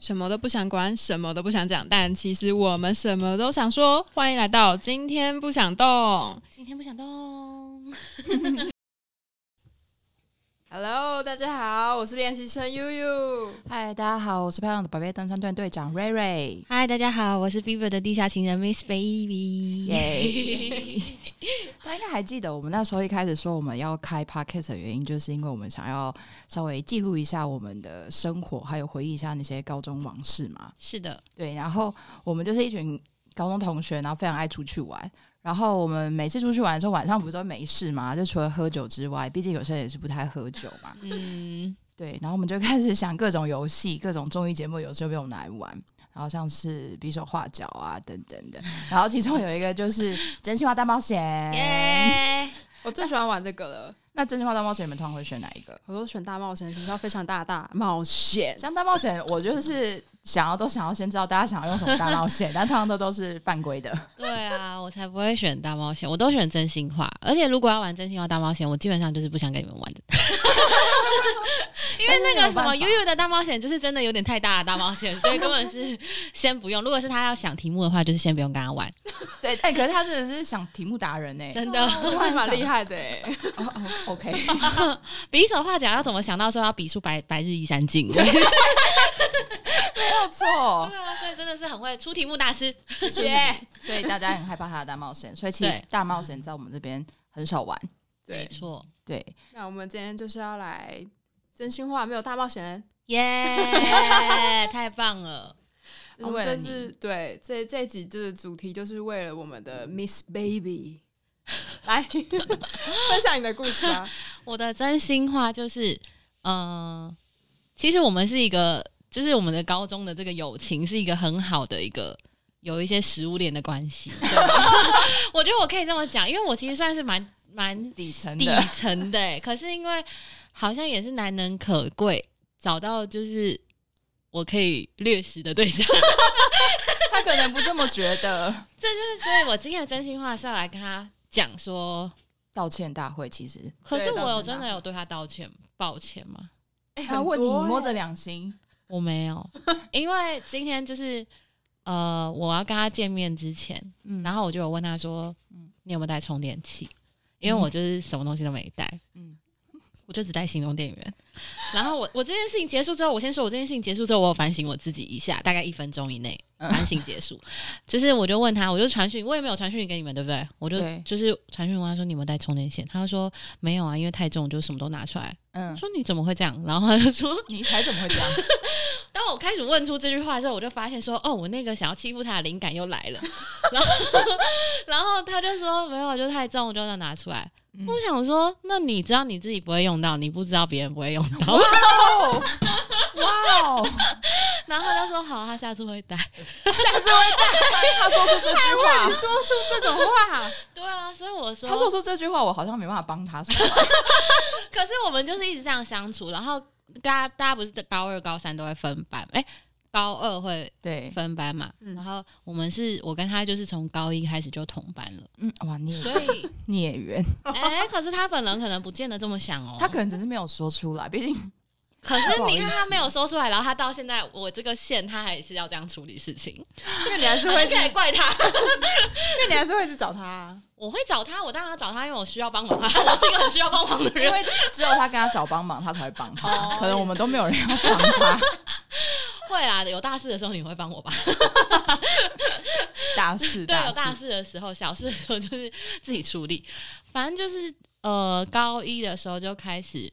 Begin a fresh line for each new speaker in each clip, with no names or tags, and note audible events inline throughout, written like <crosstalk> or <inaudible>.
什么都不想管，什么都不想讲，但其实我们什么都想说。欢迎来到今天不想动。
今天不想动。
Hello，大家好，我是练习生悠悠。
嗨，大家好，我是漂亮的宝贝登山队队长瑞瑞。
嗨，大家好，我是 Bieber 的地下情人 Miss Baby。
耶！大家应该还记得，我们那时候一开始说我们要开 podcast 的原因，就是因为我们想要稍微记录一下我们的生活，还有回忆一下那些高中往事嘛。
是的，
对，然后我们就是一群高中同学，然后非常爱出去玩。然后我们每次出去玩的时候，晚上不是都没事嘛？就除了喝酒之外，毕竟有些人也是不太喝酒嘛。
嗯，
对，然后我们就开始想各种游戏、各种综艺节目，有时候被我们来玩。然后像是比手画脚啊等等的，然后其中有一个就是真心话大冒险。
耶、
我最喜欢玩这个了，
那真心话大冒险你们通常会选哪一个？
我都选大冒险，学校非常大的 <laughs> 大冒险。
像大冒险，我就是想要都想要先知道大家想要用什么大冒险，但通常都都是犯规的。
对啊，我才不会选大冒险，我都选真心话。而且如果要玩真心话大冒险，我基本上就是不想跟你们玩的。 <laughs> 因为那个什么
但是没有办法
悠悠的大冒险，就是 <laughs> 真的有点太大的大冒险，所以根本是先不用。如果是他要想题目的话，就是先不用跟他玩，
<laughs> 对，哎、可是他真的是想题目达人呢、欸
真的。
这
<laughs>
是蛮厉害的哎、
哦哦，OK， <laughs>
比手画脚要怎么想到说要比出白白日依山尽？对
不错。
<laughs> 啊，所以真的是很会出题目大师。
耶！
所以大家很害怕他的大冒险，所以其
对
实大冒险在我们这边很少玩。
没错，
对，
那我们今天就是要来真心话，没有大冒险。
<laughs> 耶、太棒了！
就是为了
这是对这这一集就是主题，就是为了我们的 Miss Baby 来 <laughs> 分享你的故事吧。
我的真心话就是，呃，其实我们是一个，就是我们的高中的这个友情是一个很好的一个。有一些食物链的关系，对我觉得我可以这么讲，因为我其实算是蛮蛮
底层的
底层的、欸，可是因为好像也是难能可贵，找到就是我可以掠食的对象， <laughs>
他可能不这么觉得。
这就是所以我今天的真心话是要来跟他讲说，
道歉大会其实
可是
对道
我有
歉
真的
大
有对他道歉，抱歉吗？
哎
他问
欸
你摸着良心，
我
<laughs>
没有，因为今天就是呃，我要跟他见面之前，
嗯
然后我就有问他说，
嗯
你有没有带充电器？因
嗯
为我就是什么东西都没带，
嗯
<laughs> 我就只带行动电源。 <laughs> 然后我我这件事情结束之后，我先说我这件事情结束之后，我有反省我自己一下，大概一分钟以内
嗯
反省
<laughs>
结束。就是我就问他，我就传讯，我也没有传讯给你们，对不对？我就
对
就是传讯问他说你有没有带充电线，他就说没有啊，因为太重，就什么都拿出来。我
嗯，
说你怎么会这样？然后他就说
你才怎么会这样？
<laughs> 当我开始问出这句话之后，我就发现说，哦，我那个想要欺负他的灵感又来了。 <laughs> 然后，然后他就说没有，就太重，我就要拿出来。
嗯
我想说，那你知道你自己不会用到，你不知道别人不会用 <laughs> 到。
哦， <laughs> 哇哦！
然后他就说好，他下次会带。
下次会
他说出这句话，
说出这种话，
对啊，所以我说，
他说出这句话，我好像没办法帮他说。
<laughs> 可是我们就是一直这样相处。然后大家大家不是高二、高三都会分班，哎、高二会
对，
分班嘛，
嗯
然后我们是我跟他就是从高一开始就同班了，
嗯，哇，孽
所以
孽缘，
哎、可是他本人可能不见得这么想哦。
他可能只是没有说出来，毕竟
可是
不好
你
意
看
思
他没有说出来，然后他到现在我这个线，他还是要这样处理事情，
因为你还是
就
会，
会
因
在怪他。
为你还是会去找他啊。
我会找他，我当然要找他，因为我需要帮 <laughs> 忙，我是一个很需要帮忙的
因
人。
为只有他跟他找帮忙，他才会帮
哦
他。可能我们都没有人要帮他。
会啊，有大事的时候你会帮我吧？
大
<laughs>
事
对，有
大
大
事，
事的时候，小事的时候就是自己处理。反正就是呃，高一的时候就开始。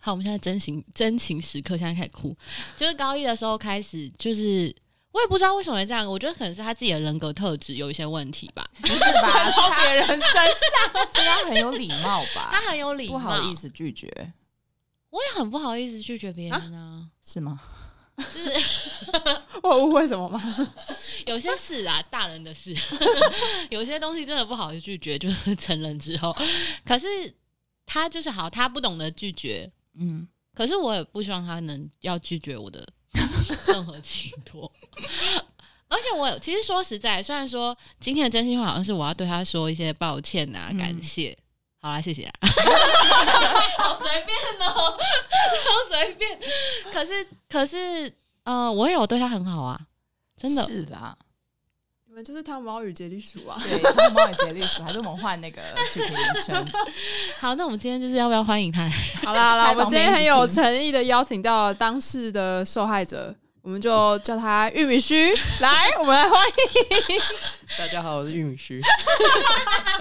好，我们现在真情真情时刻，现在开始哭。就是高一的时候开始，就是我也不知道为什么会这样，我觉得可能是他自己的人格特质有一些问题吧。
不是吧？是
别人身上，
<laughs>
他，是他很有礼貌吧
他？很有礼
啊不
貌，
好意思拒绝，
我也很不好意思拒绝别人啊，
是吗？
就是
<laughs> 我误会什么吗？
有些事啊，大人的
<laughs>
事，有些东西真的不好拒绝，就是成人之后。可是他就是好，他不懂得拒绝，
嗯，
可是我也不希望他能要拒绝我的 <laughs> 任何请托。而且我其实说实在，虽然说今天的真心话好像是我要对他说一些抱歉啊、
嗯
感谢，好啦，谢 <laughs> 谢啊，好随便哦，好随便。可是可是呃，我有对他很好啊，真的。
是啦，
你们就是汤姆猫与杰利鼠啊！
对，汤姆猫与杰利鼠，还是我们换那个具体名
<laughs>
称？
好，那我们今天就是要不要欢迎他？
好啦好 <laughs> 啦，
开
我们
房
今天
间
很
一起
有
听
诚意的邀请到当事的受害者，我们就叫他玉米 <laughs> 须。来，我们来欢迎。
大家好，我是玉米须，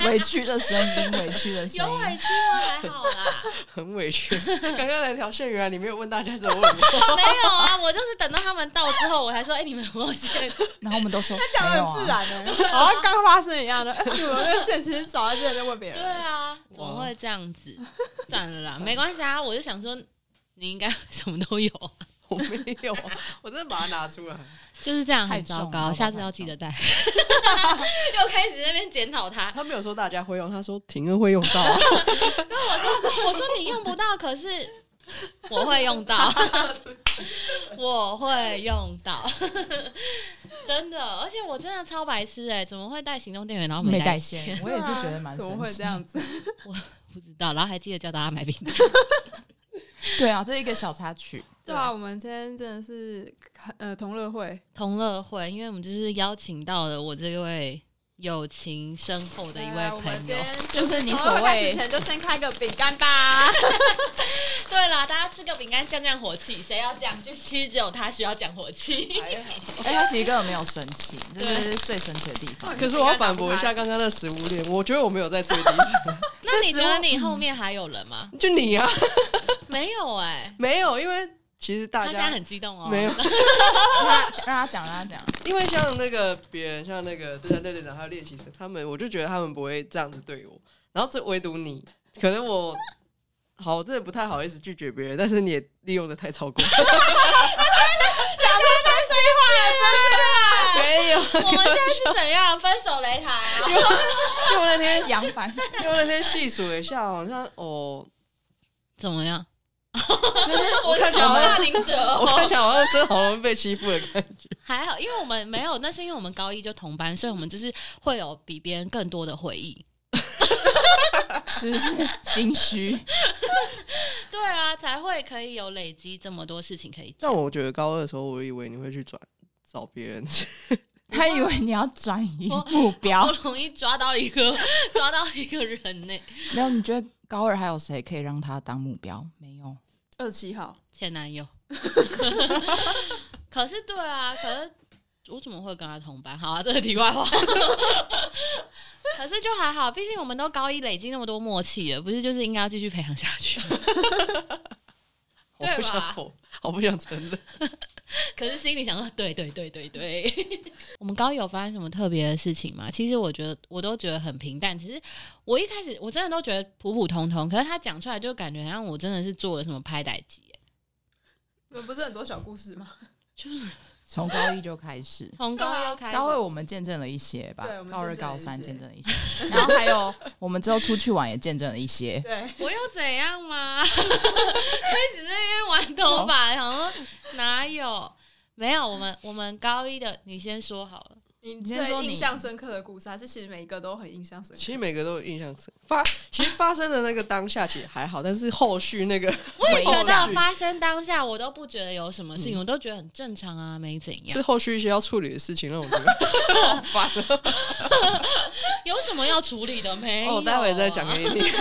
委屈的声音，委屈的声
啊
音。
屈吗？还好啦，
很委屈。 <laughs> 刚刚那条线原来你没有问大家怎么问我，
<laughs>
<laughs>
没有啊，我就是等到他们到之后，我才说，哎、你们有没有先
然后我们都说，
讲的
没有
很自
啊，
然欸呢、 <laughs> 好像刚发生一 <laughs> 样的。哎我那个线其实早在之前就问别
对
人，
啊，怎么会这样子？ <laughs> 算了啦，没关系啊。我就想说，你应该什么都有啊，
我没有啊，我真的把它拿出来。
<laughs> 就是这样，
太
很糟
重了
糕。下次要记得带。 <laughs> 又开始在那边检讨他。
他没有说大家会用，他说婷恩会用 <laughs> 到、啊。
我说你用不到，可是我会用 <laughs> 到，我会用到， <laughs> 真的。而且我真的超白痴哎、怎么会带行动电源，然后
没
带
带
线？ <laughs>
线，我也是觉得蛮
啊怎么
神
会
奇
这。样子？
不知道。然后还记得叫大家买冰棒。
对啊，这是一个小插曲。
对啊，我们今天真的是呃同乐会，
同乐会，因为我们就是邀请到了我这位友情深厚的一位
来我
朋
们今
友。
天
啊就是你
同
所
乐会开始
谓
前就先开个饼干吧。
对啦，大家吃个饼干降降火气，谁要降？就其实只有他需要降火气。
哎，他其实根本没有生气，这
对
是最神奇的地
<laughs>
方。
可是我要反驳一下刚刚的食物链，我觉得我没有在最低层，
<laughs> 那你觉
这时候
得你后面还有人吗？
<laughs> 就你啊，
<laughs> 没有 <laughs> 哎、
没有，因为其实
他
大
现在
家
很激动哦。<laughs>
没有，
让他让他讲，让他讲。
因为像那个别人，像那个队长、队队长还有练习生，他们我就觉得他们不会这样子对我，然后这唯独你，可能我。 <laughs> 好，我真的不太好意思拒绝别人，但是你也利用的太超过， <laughs> 没有，
我们现在是怎样分手擂台、啊？
因为那天杨凡，
因为那天细数了一下，好像哦，
<laughs> 怎么样？
就是
我
看起来
好霸凌者
我看
哦，
起来好像真的好像被欺负的感
<laughs>
觉。
还好，因为我们没有，那是因为我们高一就同班，所以我们就是会有比别人更多的回忆。
是不是心虚？
对啊，才会可以有累积这么多事情可以
但
讲。
我觉得高二的时候，我以为你会去转找别人， <laughs>
他以为你要转移
我
目
好
标。
容易抓到一个 <laughs> 抓到一个人呢、
没有，你觉得高二还有谁可以让他当目标？没有。
二七号，
前男友。 <laughs> 可是对啊，可是我怎么会跟他同班？好啊，这是题外话。 <laughs> 可是就还好，毕竟我们都高一累积那么多默契了，不是就是应该要继续培养下去？
我不
对吧
想否， <laughs> 我不想承认。
<laughs> 可是心里想说，对对对对对。 <laughs> 我们高一有发生什么特别的事情吗？其实我觉得我都觉得很平淡。其实我一开始我真的都觉得普普通通，可是他讲出来就感觉好像我真的是做了什么拍歹机、，
你们不是很多小故事吗？
从高一就开始
从高一又开始，
高二我们见证了一些吧
对我，们
高二、
见证了
高
一些
三见证了一些， <laughs> 然后还有我们之后出去玩也见证了一些。
对，
我又怎样
<laughs>
吗？开始在那边玩头发，想说哪有？没有，我们我们高一的，你先说好了。
你
先说
最
你
印象深刻的故事，还是其实每一个都很印象深刻？
其实每个都有印象深发，其实发生的那个当下其实还好，但是后续那个
我也
回
觉
想
得发生当下，我都不觉得有什么事
嗯
情，我都觉得很正常啊，没怎样
是。后续一些要处理的事情让我
<laughs>
觉得好烦哦。
有什么要处理的没有、啊
哦，待会再讲给你听。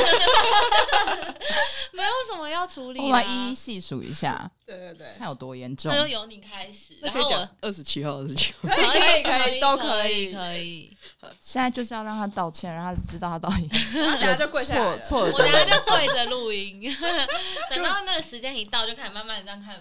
没有什么要处理、啊。
我们一一细数一下，
对对对，
看有多严重
那。就由你开始，
那
然后
可
<laughs>
以
我
讲二十七号、二十九。
可以可以可以都
可
可
以
以，
可以。
现在就是要让他道歉，让他知道他到底
然后大家就跪下来
错
了。
错了
我
多
等下
严
就
重。
跪着录音， <laughs> 等到那个时间一到，就开始慢慢地这样看，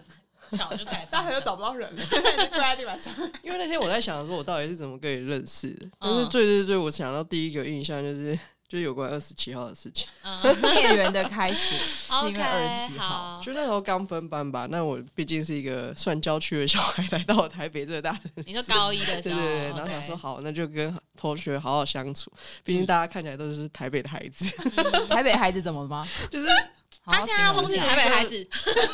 吵就开始。
待会又找不到人了，跪在地板
<laughs>
上。哎
因为那天我在想说，我到底是怎么跟你认识的？但
嗯
是最最最，我想到第一个印象就是，就是有关二十七号的事情。
嗯
孽缘的开始是因
OK，
为二十七号，
好
就那时候刚分班吧，那我毕竟是一个算郊区的小孩，来到台北这个大城市，
你说高一的
对
时
对
候，
对，然后
OK
想说好，那就跟同学好好相处，毕竟大家看起来都是台北的孩子，
台北孩子怎么了吗？
就是
好
他
好
现在要
形
冲
容
击
一
台
下
北孩子，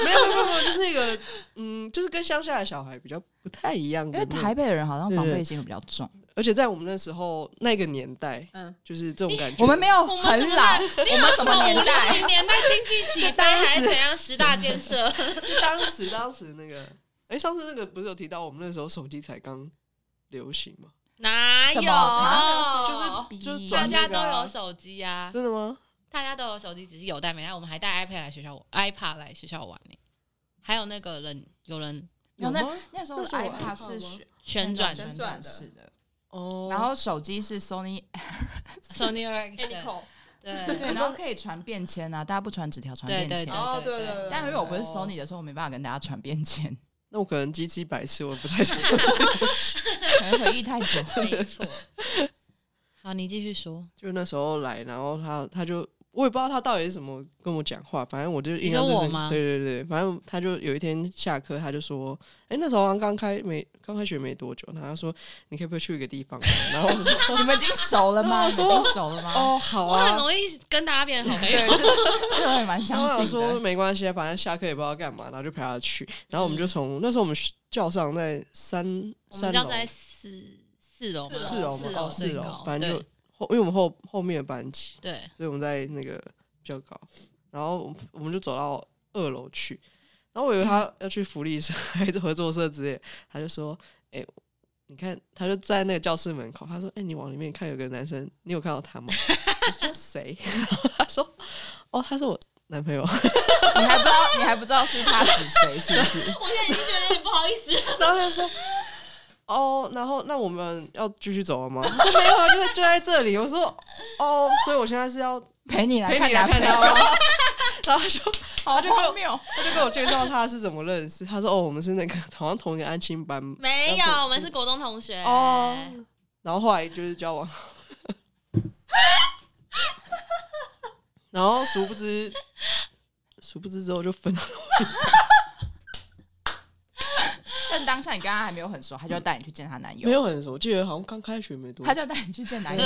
没有没有没有，就是一个嗯，就是跟乡下的小孩比较不太一样
因
的
为
那种，
台北人好像
对
防
对
备心比较重，
而且在我们那时候那个年代，
嗯，
就是这种感觉，
我们没
有，
有
我们
很老，
我
我们什么年代？
年代经济起飞还是怎样？十大建设，
就当时当时那个。哎、上次那个不是有提到我们那时候手机才刚流行吗？
哪有？
什么
就是
是就是
大
转
家
那
都
个啊
有手机啊，
真的吗？
大家都有手机，只是有带没带。我们还带 iPad 来学校，iPad 来学校玩呢、还有那个人，有人
有那
吗？
那时候
那时候我
iPad
还
是旋
旋转
旋
旋
转
转
式的，
哦，
然后手机是 Sony，
Sony Ericsson，
Anico，
对 <laughs>
对，然后可以传便签啊，大家不传纸条，传便
对对
签
对。
哦对对对，
但因为我不是
哦
Sony 的时候，我没办法跟大家传便签，
那我可能机器白痴，我不太清楚。
可能回忆太久。 <laughs>
没错。好，你继续说。
就那时候来，然后他他就我也不知道他到底是怎么跟我讲话，反正我就印象
你
就
说我
是
吗
对对对，反正他就有一天下课，他就说，哎、那时候好像刚开没刚开学没多久，然后他说你可以不可以去一个地方玩， <laughs> 然后我就
<laughs>
说
你们已经熟了吗？
我
你们已经熟了吗？
哦好
我很
啊，
容易跟大家变成好朋友。
这我也蛮
然后
相
我想
信
说
的。
没关系，啊，反正下课也不知道干嘛，然后就陪他去，然后我们就从、那时候我们教上在三
嗯我
三
们教室
楼
在四四楼嘛，
四
四楼
四
嘛，
楼
哦四
最
楼
高，，
反正就
对
后因为我们后后面的班级，
对，
所以我们在那个比较高，然后我们我们就走到二楼去，然后我以为他要去福利社还是合作社之类，他就说：“哎、你看，他就在那个教室门口，他说：‘哎、你往里面看，有个男生，你有看到他吗？’ <laughs> 我说：‘谁？’ <laughs> 他说：‘哦，他是我男朋友。’ <laughs>
你还不知道，你还不知道是他指谁，是不是？ <laughs>
我现在已经觉得有点不好意思了。
然后他就说：‘哦，然后那我们要继续走了吗？’ <laughs> 我说：‘没有啊，就在就在这里。’我说：‘哦，所以我现在是要
陪你来
陪
看
你来
男
看
朋
他
友，
吗？’ <laughs> 然后他就
好
就跟我
荒谬。
他就跟我介绍他是怎么认识。他说：“哦，我们是那个好像同一个安亲班。
<laughs> 没有，我们是国中同学。”
哦，然后后来就是交往。 <laughs> 然后殊不知，殊不知之后就分了。
但当下你跟他还没有很熟，他就要带你去见他男友，
没有很熟，我记得好像刚开学没多
他就
久。
要带你去见男友。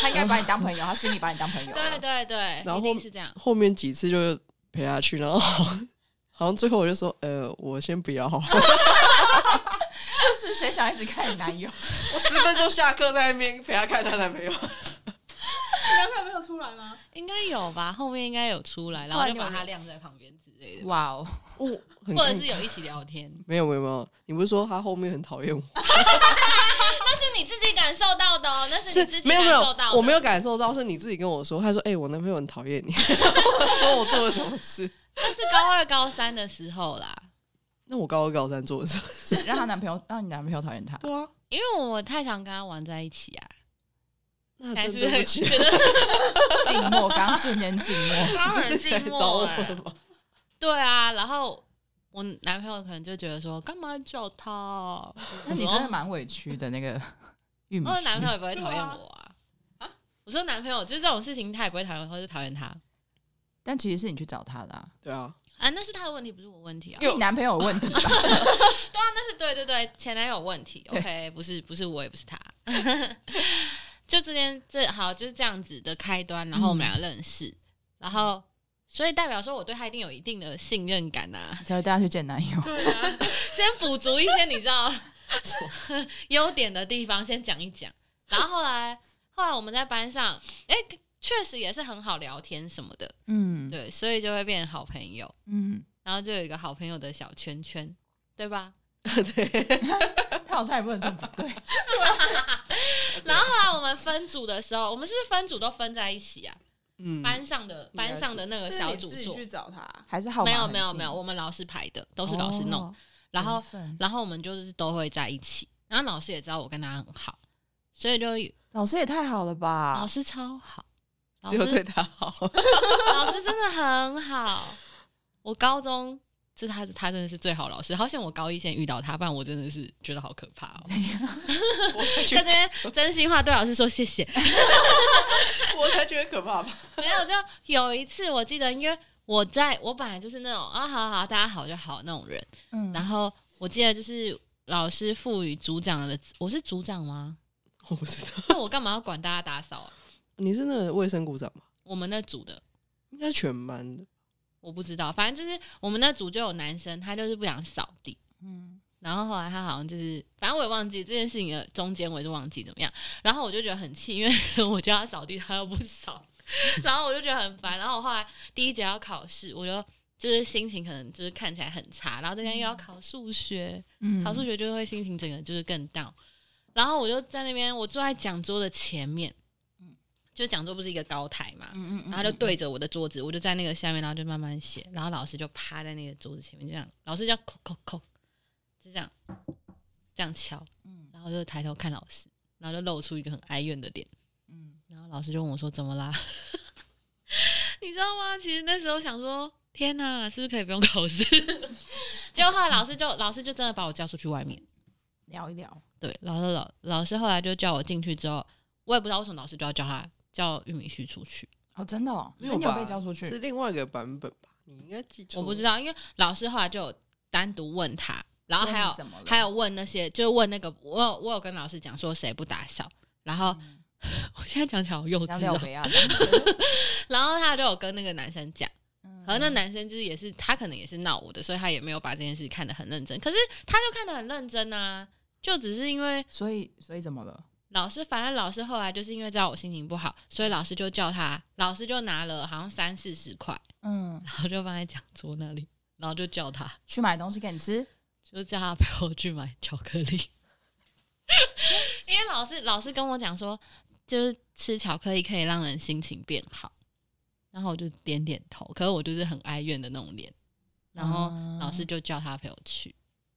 他应该把你当朋友，他心里把你当朋友。
对对对，
然后
一定是这样。
后面几次就陪他去，然后好像好像最后我就说：“呃，我先不要好了。
<laughs> 就是谁想一直看你男友？
我十分钟下课在那边陪他看她男朋友。
你男朋友没有出来吗？
应该有吧，后面应该有出来，然后就把他晾在旁边之类的，
哇哦，
哦，很
或者
尴
是有一起聊天，
没有没有没有，你不是说他后面很讨厌我？
那是你自己感受到的哦，那
是
你自己
没有
感
没有
受到，的。
我没有感受到，是你自己跟我说，他说：“哎、我男朋友很讨厌
<laughs>
你。”我说：“我做了什么事
那是高二高三的时候啦，？”
那我高二高三做了什么事？
是让她男朋友，让你男朋友讨厌她。
对啊，
因为我太常跟他玩在一起啊，
那
还
真
是不是
对
很
不起，
觉得
静默，刚刚瞬间静默。
<laughs> 他
<laughs> 不
很
是
寂
来找
寞、 <laughs>
我
欸
吗？
对啊，然后我男朋友可能就觉得说，干嘛叫他、
那你真的蛮委屈的，
<laughs>
那个玉米
我的
须。
男朋友也不会讨厌我啊。我说男朋友就是这种事情，他也不会讨厌我，或者讨厌他
但其实是你去找他的、啊，
对啊，
啊，那是他的问题，不是我问题啊。
因为你男朋友有问题吧？
对啊，那是对对对，前男友问题，OK，不啊是不是我，也不是他。 <laughs> 就之间这好就是这样子的开端，然后我们俩认识，然后所以代表说我对他一定有一定的信任感啊。
才会带他去见男友。
对啊，先补足一些你知道优点的地方，先讲一讲。然后后来后来我们在班上，哎、确实也是很好聊天什么的，
嗯
对，所以就会变成好朋友，
嗯，
然后就有一个好朋友的小圈圈，对吧？
<laughs> 他好像也不能说不对，
然后后来我们分组的时候，我们是不是分组都分在一起啊？
嗯，
班上的
应该是
班上的那个
是
呃小
你
组
自己
做，
去找他，
<laughs> 还是哦好
没有没有没有，我们老师排的，都
都
是老师弄。然后
份
然后我们就是都会在一起，然后老师也知道我跟他很好，所以就
老师也太好了吧
老？师超好，老
只有对
师 <laughs>
他好。
老师真的很好。我高中就他他真的是最好老师，好险我高一先遇到他，不然我真的是觉得好可怕哦。
我才
<laughs> 在这
觉得，
边真心话对老师说谢谢，
我才觉得可怕吧？
没有，就有一次我记得，因为我在我本来就是那种啊，好好大家好就好那种人。
嗯
然后我记得就是老师赋予组长的，我是组长吗？
我不知道，
那我干嘛要管大家打扫啊？
你是那个卫生股长吗？
我们那组的
应该是全班的。
我不知道，反正就是我们那组就有男生，他就是不想扫地。
嗯，
然后后来他好像就是，反正我也忘记这件事情的中间，我也是忘记怎么样。然后我就觉得很气，因为 <laughs> 我叫他 <laughs> 扫地，他又不扫，然后我就觉得很烦。然后我后来第一节要考试，我就就是心情可能就是看起来很差，然后再加上又要考数学，
嗯
考数学就会心情整个就是更 down。然后我就在那边，我坐在讲桌的前面，嗯就讲桌不是一个高台嘛，
嗯嗯嗯
然后就对着我的桌子，我就在那个下面，然后就慢慢写，然后老师就趴在那个桌子前面，就这样，老师这样扣扣扣，就这样这样敲，
嗯
然后就抬头看老师，然后就露出一个很哀怨的脸，
嗯
然后老师就问我说：“怎么啦？” <laughs> 你知道吗？其实那时候想说，天哪，是不是可以不用考试？ <laughs> 结果后来老师就老师就真的把我叫出去外面。
聊一聊，
对，老师老老师后来就叫我进去之后，我也不知道为什么老师就要叫他叫玉米须出去，
哦，真的哦，所以你有
吧
被交出去
是，另外一个版本吧？你应该记住，
我不知道，因为老师后来就有单独问他，然后
所以
还有
你怎么了
还有问那些，就是问那个我有我有跟老师讲说谁不打扫，然后、
嗯
<laughs> 我现在讲起来好幼
像
稚
廖
哦、
北亚，
<laughs> 然后他就有跟那个男生讲。<laughs>
嗯
可能那男生就是也是他可能也是闹我的，所以他也没有把这件事看得很认真。可是他就看得很认真啊，就只是因为
所以所以怎么了？
老师，反正老师后来就是因为知道我心情不好，所以老师就叫他，老师就拿了好像三四十块，
嗯，
然后就放在讲桌那里，然后就叫他，
去买东西给你吃，
就叫他陪我去买巧克力。 <laughs> 因为老师老师跟我讲说，就是吃巧克力可以让人心情变好，然后我就点点头，可是我就是很哀怨的那种脸，然后
嗯
老师就叫他陪我去，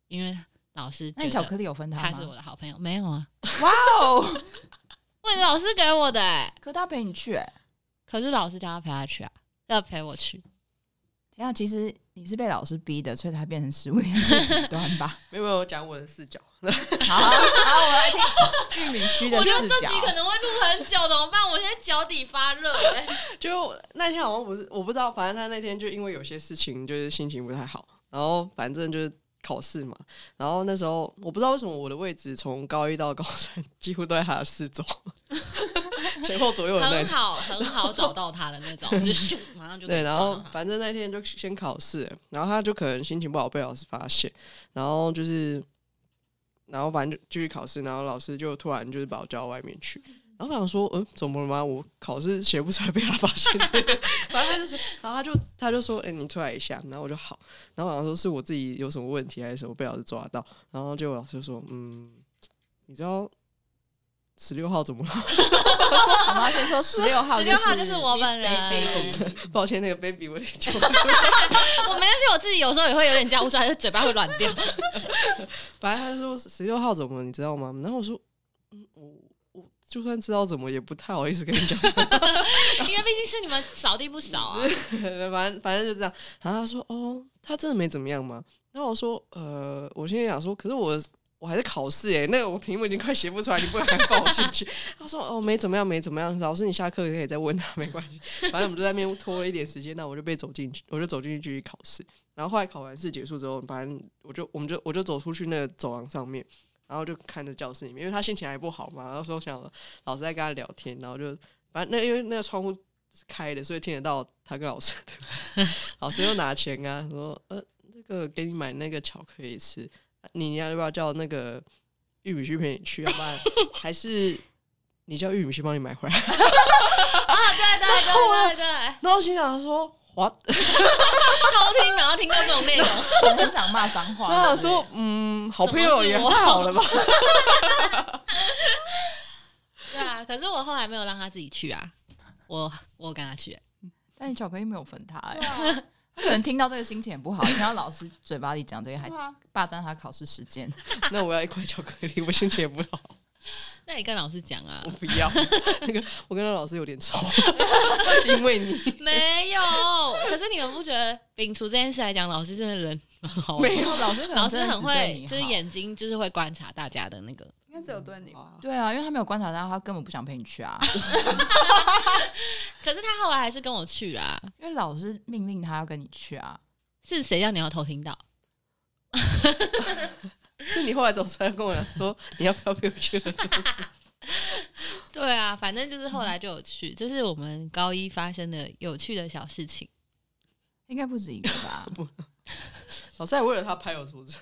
因为老师
那
觉
你巧
得
克力有分
他
吗
是？我的好朋友，没有啊，
哇哦，
喂，老师给我的、欸，
可他陪你去，哎，
可是老师叫他陪他去啊，要陪我去，
天啊，其实你是被老师逼的，所以才变成食物链最底端
<laughs>
吧？
没有没有我讲我的视角，
好，好，我来听玉米须的
我觉得
视
这
角
集。可能会录很久，怎么办？我现在脚底发热、欸，
就那天好像不是，我不知道，反正他那天就因为有些事情，就是心情不太好，然后反正就是考试嘛，然后那时候我不知道为什么我的位置从高一到高三 <laughs> 几乎都在他的四周， <laughs> 前后左右的那
<laughs> 很
种。
好很好找到他的那种，就咻马上就可以
对，然
找
后
到他
反正那天就先考试，然后他就可能心情不好被老师发现，然后就是，然后反正就继续考试，然后老师就突然就是把我叫到外面去，然后我想说，嗯，怎么了吗？我考试写不出来被他发现之类的，反正他就说，然后他就他就说，哎、你出来一下，然后我就好，然后我想说是我自己有什么问题还是什么被老师抓到，然后结果老师就说，嗯，你知道十六号怎么了？ <laughs>
我们要先说十六号，
十六号就是我本人，
抱歉，那个 baby 我得救。
<laughs> 我没关系，我自己有时候也会有点加不出来，就嘴巴会软掉。 <laughs>
反正他就说十六号怎么了你知道吗？然后我说，嗯，我我就算知道怎么也不太好意思跟你讲。
因为毕竟是你们扫地不少啊，
<laughs> 反正反正就这样。然后他说，哦，他真的没怎么样吗？然后我说，呃，我心里想说，可是我我还在考试诶、那个我题目已经快写不出来，你不能还放我进去。他说，哦，没怎么样，没怎么样，老师你下课可以再问他，没关系。反正我们就在那边拖了一点时间，那我就被走进去，我就走进去继续考试。然后后来考完试结束之后，反正我就我们就我就走出去那个走廊上面，然后就看着教室里面，因为他心情还不好嘛，然后说想老师在跟他聊天，然后就反正那因为那个窗户是开的，所以听得到他跟老师的。 <laughs> 老师又拿钱啊，说呃那个给你买那个巧克力吃，你要不要叫那个玉米须陪你去？要不然还是你叫玉米须帮你买回来。 <laughs>
对对对对对，
然后我心想说。what？
偷听然后听到这种内容，
我很想骂脏
<laughs>
话。
然后我说，嗯，好朋
怎
友
么是
也
我
太好了吧？
对啊。可是我后来没有让他自己去啊，我我跟他去、
但你巧克力没有分他哎、
啊
<laughs> 他可能听到这个心情也不好，听到老师嘴巴里讲这个还霸占他考试时间。
那我要一块巧克力，我心情也不好，
那你跟老师讲啊
我，不要。那个我跟那老师有点仇， <laughs> 因为你
没有。可是你们不觉得摒除这件事来讲，老师真的人蛮好的？
没有老师可能
老师
真的
很
只对
会
你，
就是
好
眼睛就是会观察大家的那个。
应该只有对你吧？
对啊，因为他没有观察到，他根本不想陪你去啊。
可是他后来还是跟我去啊啦、
因为老师命令他要跟你去啊。
是谁叫你要偷听到？
是你后来走出来跟我讲说你要不要陪我去合作社？
对啊，反正就是后来就有去，这是我们高一发生的有趣的小事情
应该不止一个
<laughs>
吧？
老师还为了他拍我桌子，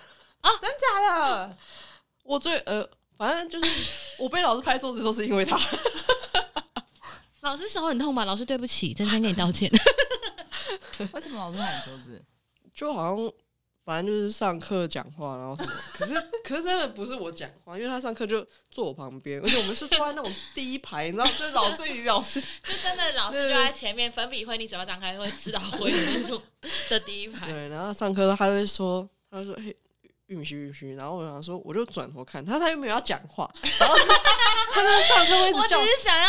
真假的？
我最呃，反正就是 <laughs> 我被老师拍桌子都是因为他。
<laughs> 老师手很痛吧？老师对不起，真心跟你道歉。
为什么老师喊你桌子？
<laughs> 就好像反正就是上课讲话，然后什么，可 <laughs> 是可是真的不是我讲话，因为他上课就坐我旁边，而且我们是坐在那种第一排，你知道，就是老最于老师
就真的老师就在前面，粉笔灰你嘴巴张开会吃到灰的那种的第一排。
<laughs> 对，然后上课他就会说，他就说嘿。玉米须，玉米须，然后我想说，我就转头看他，他又没有要讲话，然后他就上课会
<laughs>
一
我
直
只
叫我
是想要，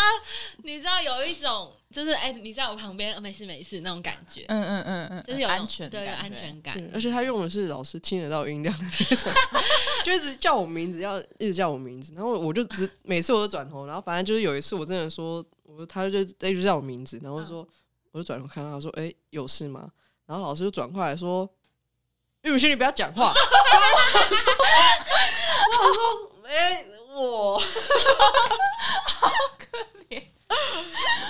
你知道有一种就是哎、你在我旁边，呃没事没事那种感 <laughs> 觉，
嗯嗯嗯嗯
就是有那种
安全
对嗯
的
有
感觉
安。全感。
对，而且他用的是老师听得到音量的 <laughs> 那种，就一直叫我名字，要一直叫我名字，然后我就只每次我都转头，然后反正就是有一次我真的说，我就他就他就叫我名字，然后我就说、我就转头看他说，哎、有事吗？然后老师就转过来说，玉米须你不要讲话，然后我想说，我想说，哎、我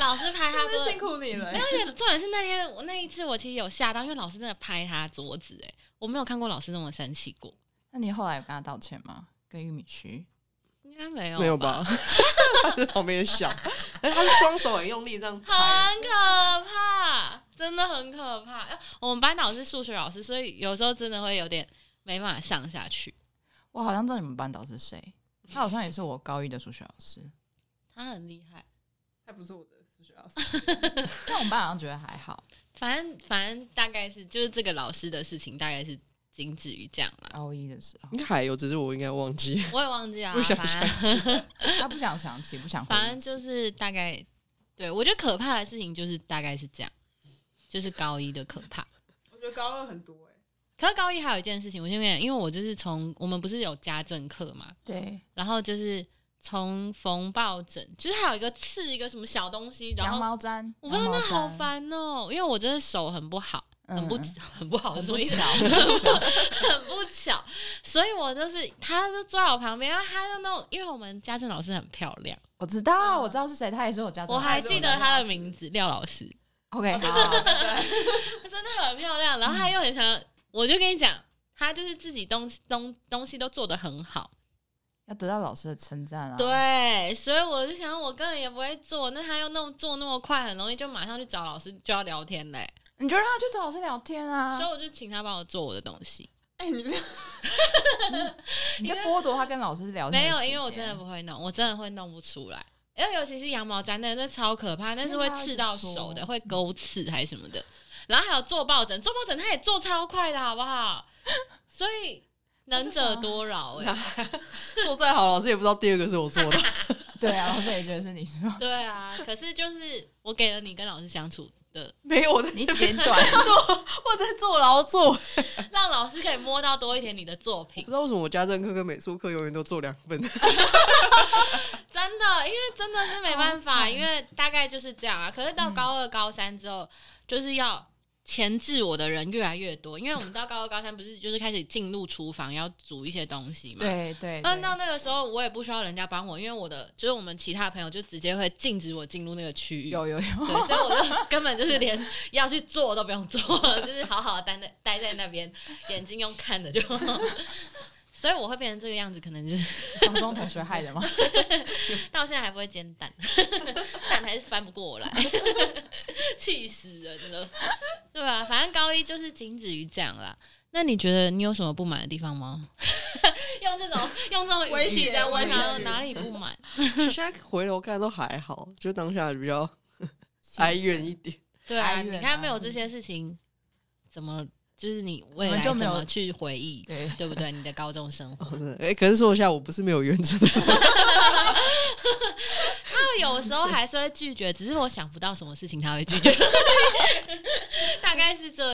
老师拍哎他
真
桌
是
子
辛，苦你了哎
没。有，而且重点是那天我那一次我其实有吓到，因为老师真的拍他桌子、哎，我没有看过老师那么生气过，
那你后来有跟他道歉吗？跟玉米须？
应该没有
<laughs> 没有
吧？
吧？他在旁边笑，哎、他是双手很用力这样拍。
很可怕，真的很可怕。呃我们班导是数学老师，所以有时候真的会有点没办法上下去。
我好像知道你们班导是谁，他好像也是我高一的数学老师。
他很厉害，
还不是我的数学老师。
但我们班好像觉得还好。
反正反正大概是就是这个老师的事情，大概是仅止于这样啦。
高一的时候，
应该还有，只是我应该忘记。 <laughs>
我也忘记啊，
不想
反正
他不想想起，不想回忆起。
反正就是大概，对我觉得可怕的事情就是大概是这样，就是高一的可怕。
我觉得高二很多哎、
可是高一还有一件事情，我先面因为我就是从我们不是有家政课嘛，
对，
然后就是从缝抱枕，就是还有一个刺一个什么小东西，然
羊
后
毛毡，
我不知道那好
羊毛毡，
烦哦、因为我真的手很不好，很不、
嗯
很不好，
很
什么
不
意 <laughs> 思？
巧，很不巧
很不巧，所以我就是他就坐在我旁边，然后他就那种，因为我们家政老师很漂亮，
我知道，我知道是谁，他也是我家长。
我还
是
记
我
得
们
他的
老师
名字廖老师， <laughs>
OK，好，
她真的很漂亮，然后她又很想，我就跟你讲，她就是自己东西东东西都做得很好，
要得到老师的称赞啊。，
对，所以我就想，我根本也不会做，那她又那么做那么快，很容易就马上去找老师就要聊天嘞，
你就让他去找老师聊天啊
所以，我就请她帮我做我的东西，
哎、你这
你就剥夺他跟老师聊天。
没有，因为我真的，不会弄，我真的会弄不出来。因为尤其是羊毛毡那个，那超可怕，那是会刺到手的，会勾刺还是什么的。然后还有做抱枕，做抱枕他也做超快的，好不好？所以能者多劳 <laughs> 哎、
做再好，老师也不知道第二个是我 <laughs> 做的。
对啊，老师也觉得是你
<laughs>
是吧？
对啊，可是就是我给了你跟老师相处的，
没有，我在
你简短， <laughs>
做，我在做劳作。
<laughs> 让老师可以摸到多一点你的作
不
品
知，道为什么我家政课跟美术课永远都做两份。
真的，因为真的是没办
好
法，
惨
因为大概就是这样啊。可是到高二、高三之后，就是要钳制我的人越来越多，因为我们到高二、高三不是就是开始进入厨房要煮一些东西嘛，
对对。
那 <laughs>
对
到那个时候，我也不需要人家帮我，因为我的就是我们其他朋友就直接会禁止我进入那个区域。
有有有，
<laughs> 对，所以我就根本就是连要去做都不用做 <laughs> 了，就是好好地待在待在那边，眼睛用看的就。所以我会变成这个样子，可能 <laughs> 就是
高中同学害的吗？
<laughs> 到现在还不会煎蛋， <laughs> 蛋还是翻不过来， <laughs> 气死人了，对吧、反正高一就是仅止于这样啦。那你觉得你有什么不满的地方吗？ <laughs> 用这种用这种语
威
气
胁
在问
威
他
胁
哪里不 <laughs> 满？
其实现在回头看都还好，就当下比较 <laughs> 哀怨一点。 <laughs>
对啊，
哀
你
怨
看
啊
没有这些事情，怎么就是你未来
我们
怎
就没有
么去回忆？
对，
对不对？你的高中生活，
哎、可是说一下，我不是没有原则的。
他有时 <laughs> 候还是会拒绝，只是我想不到什么事情他会拒绝，大概是这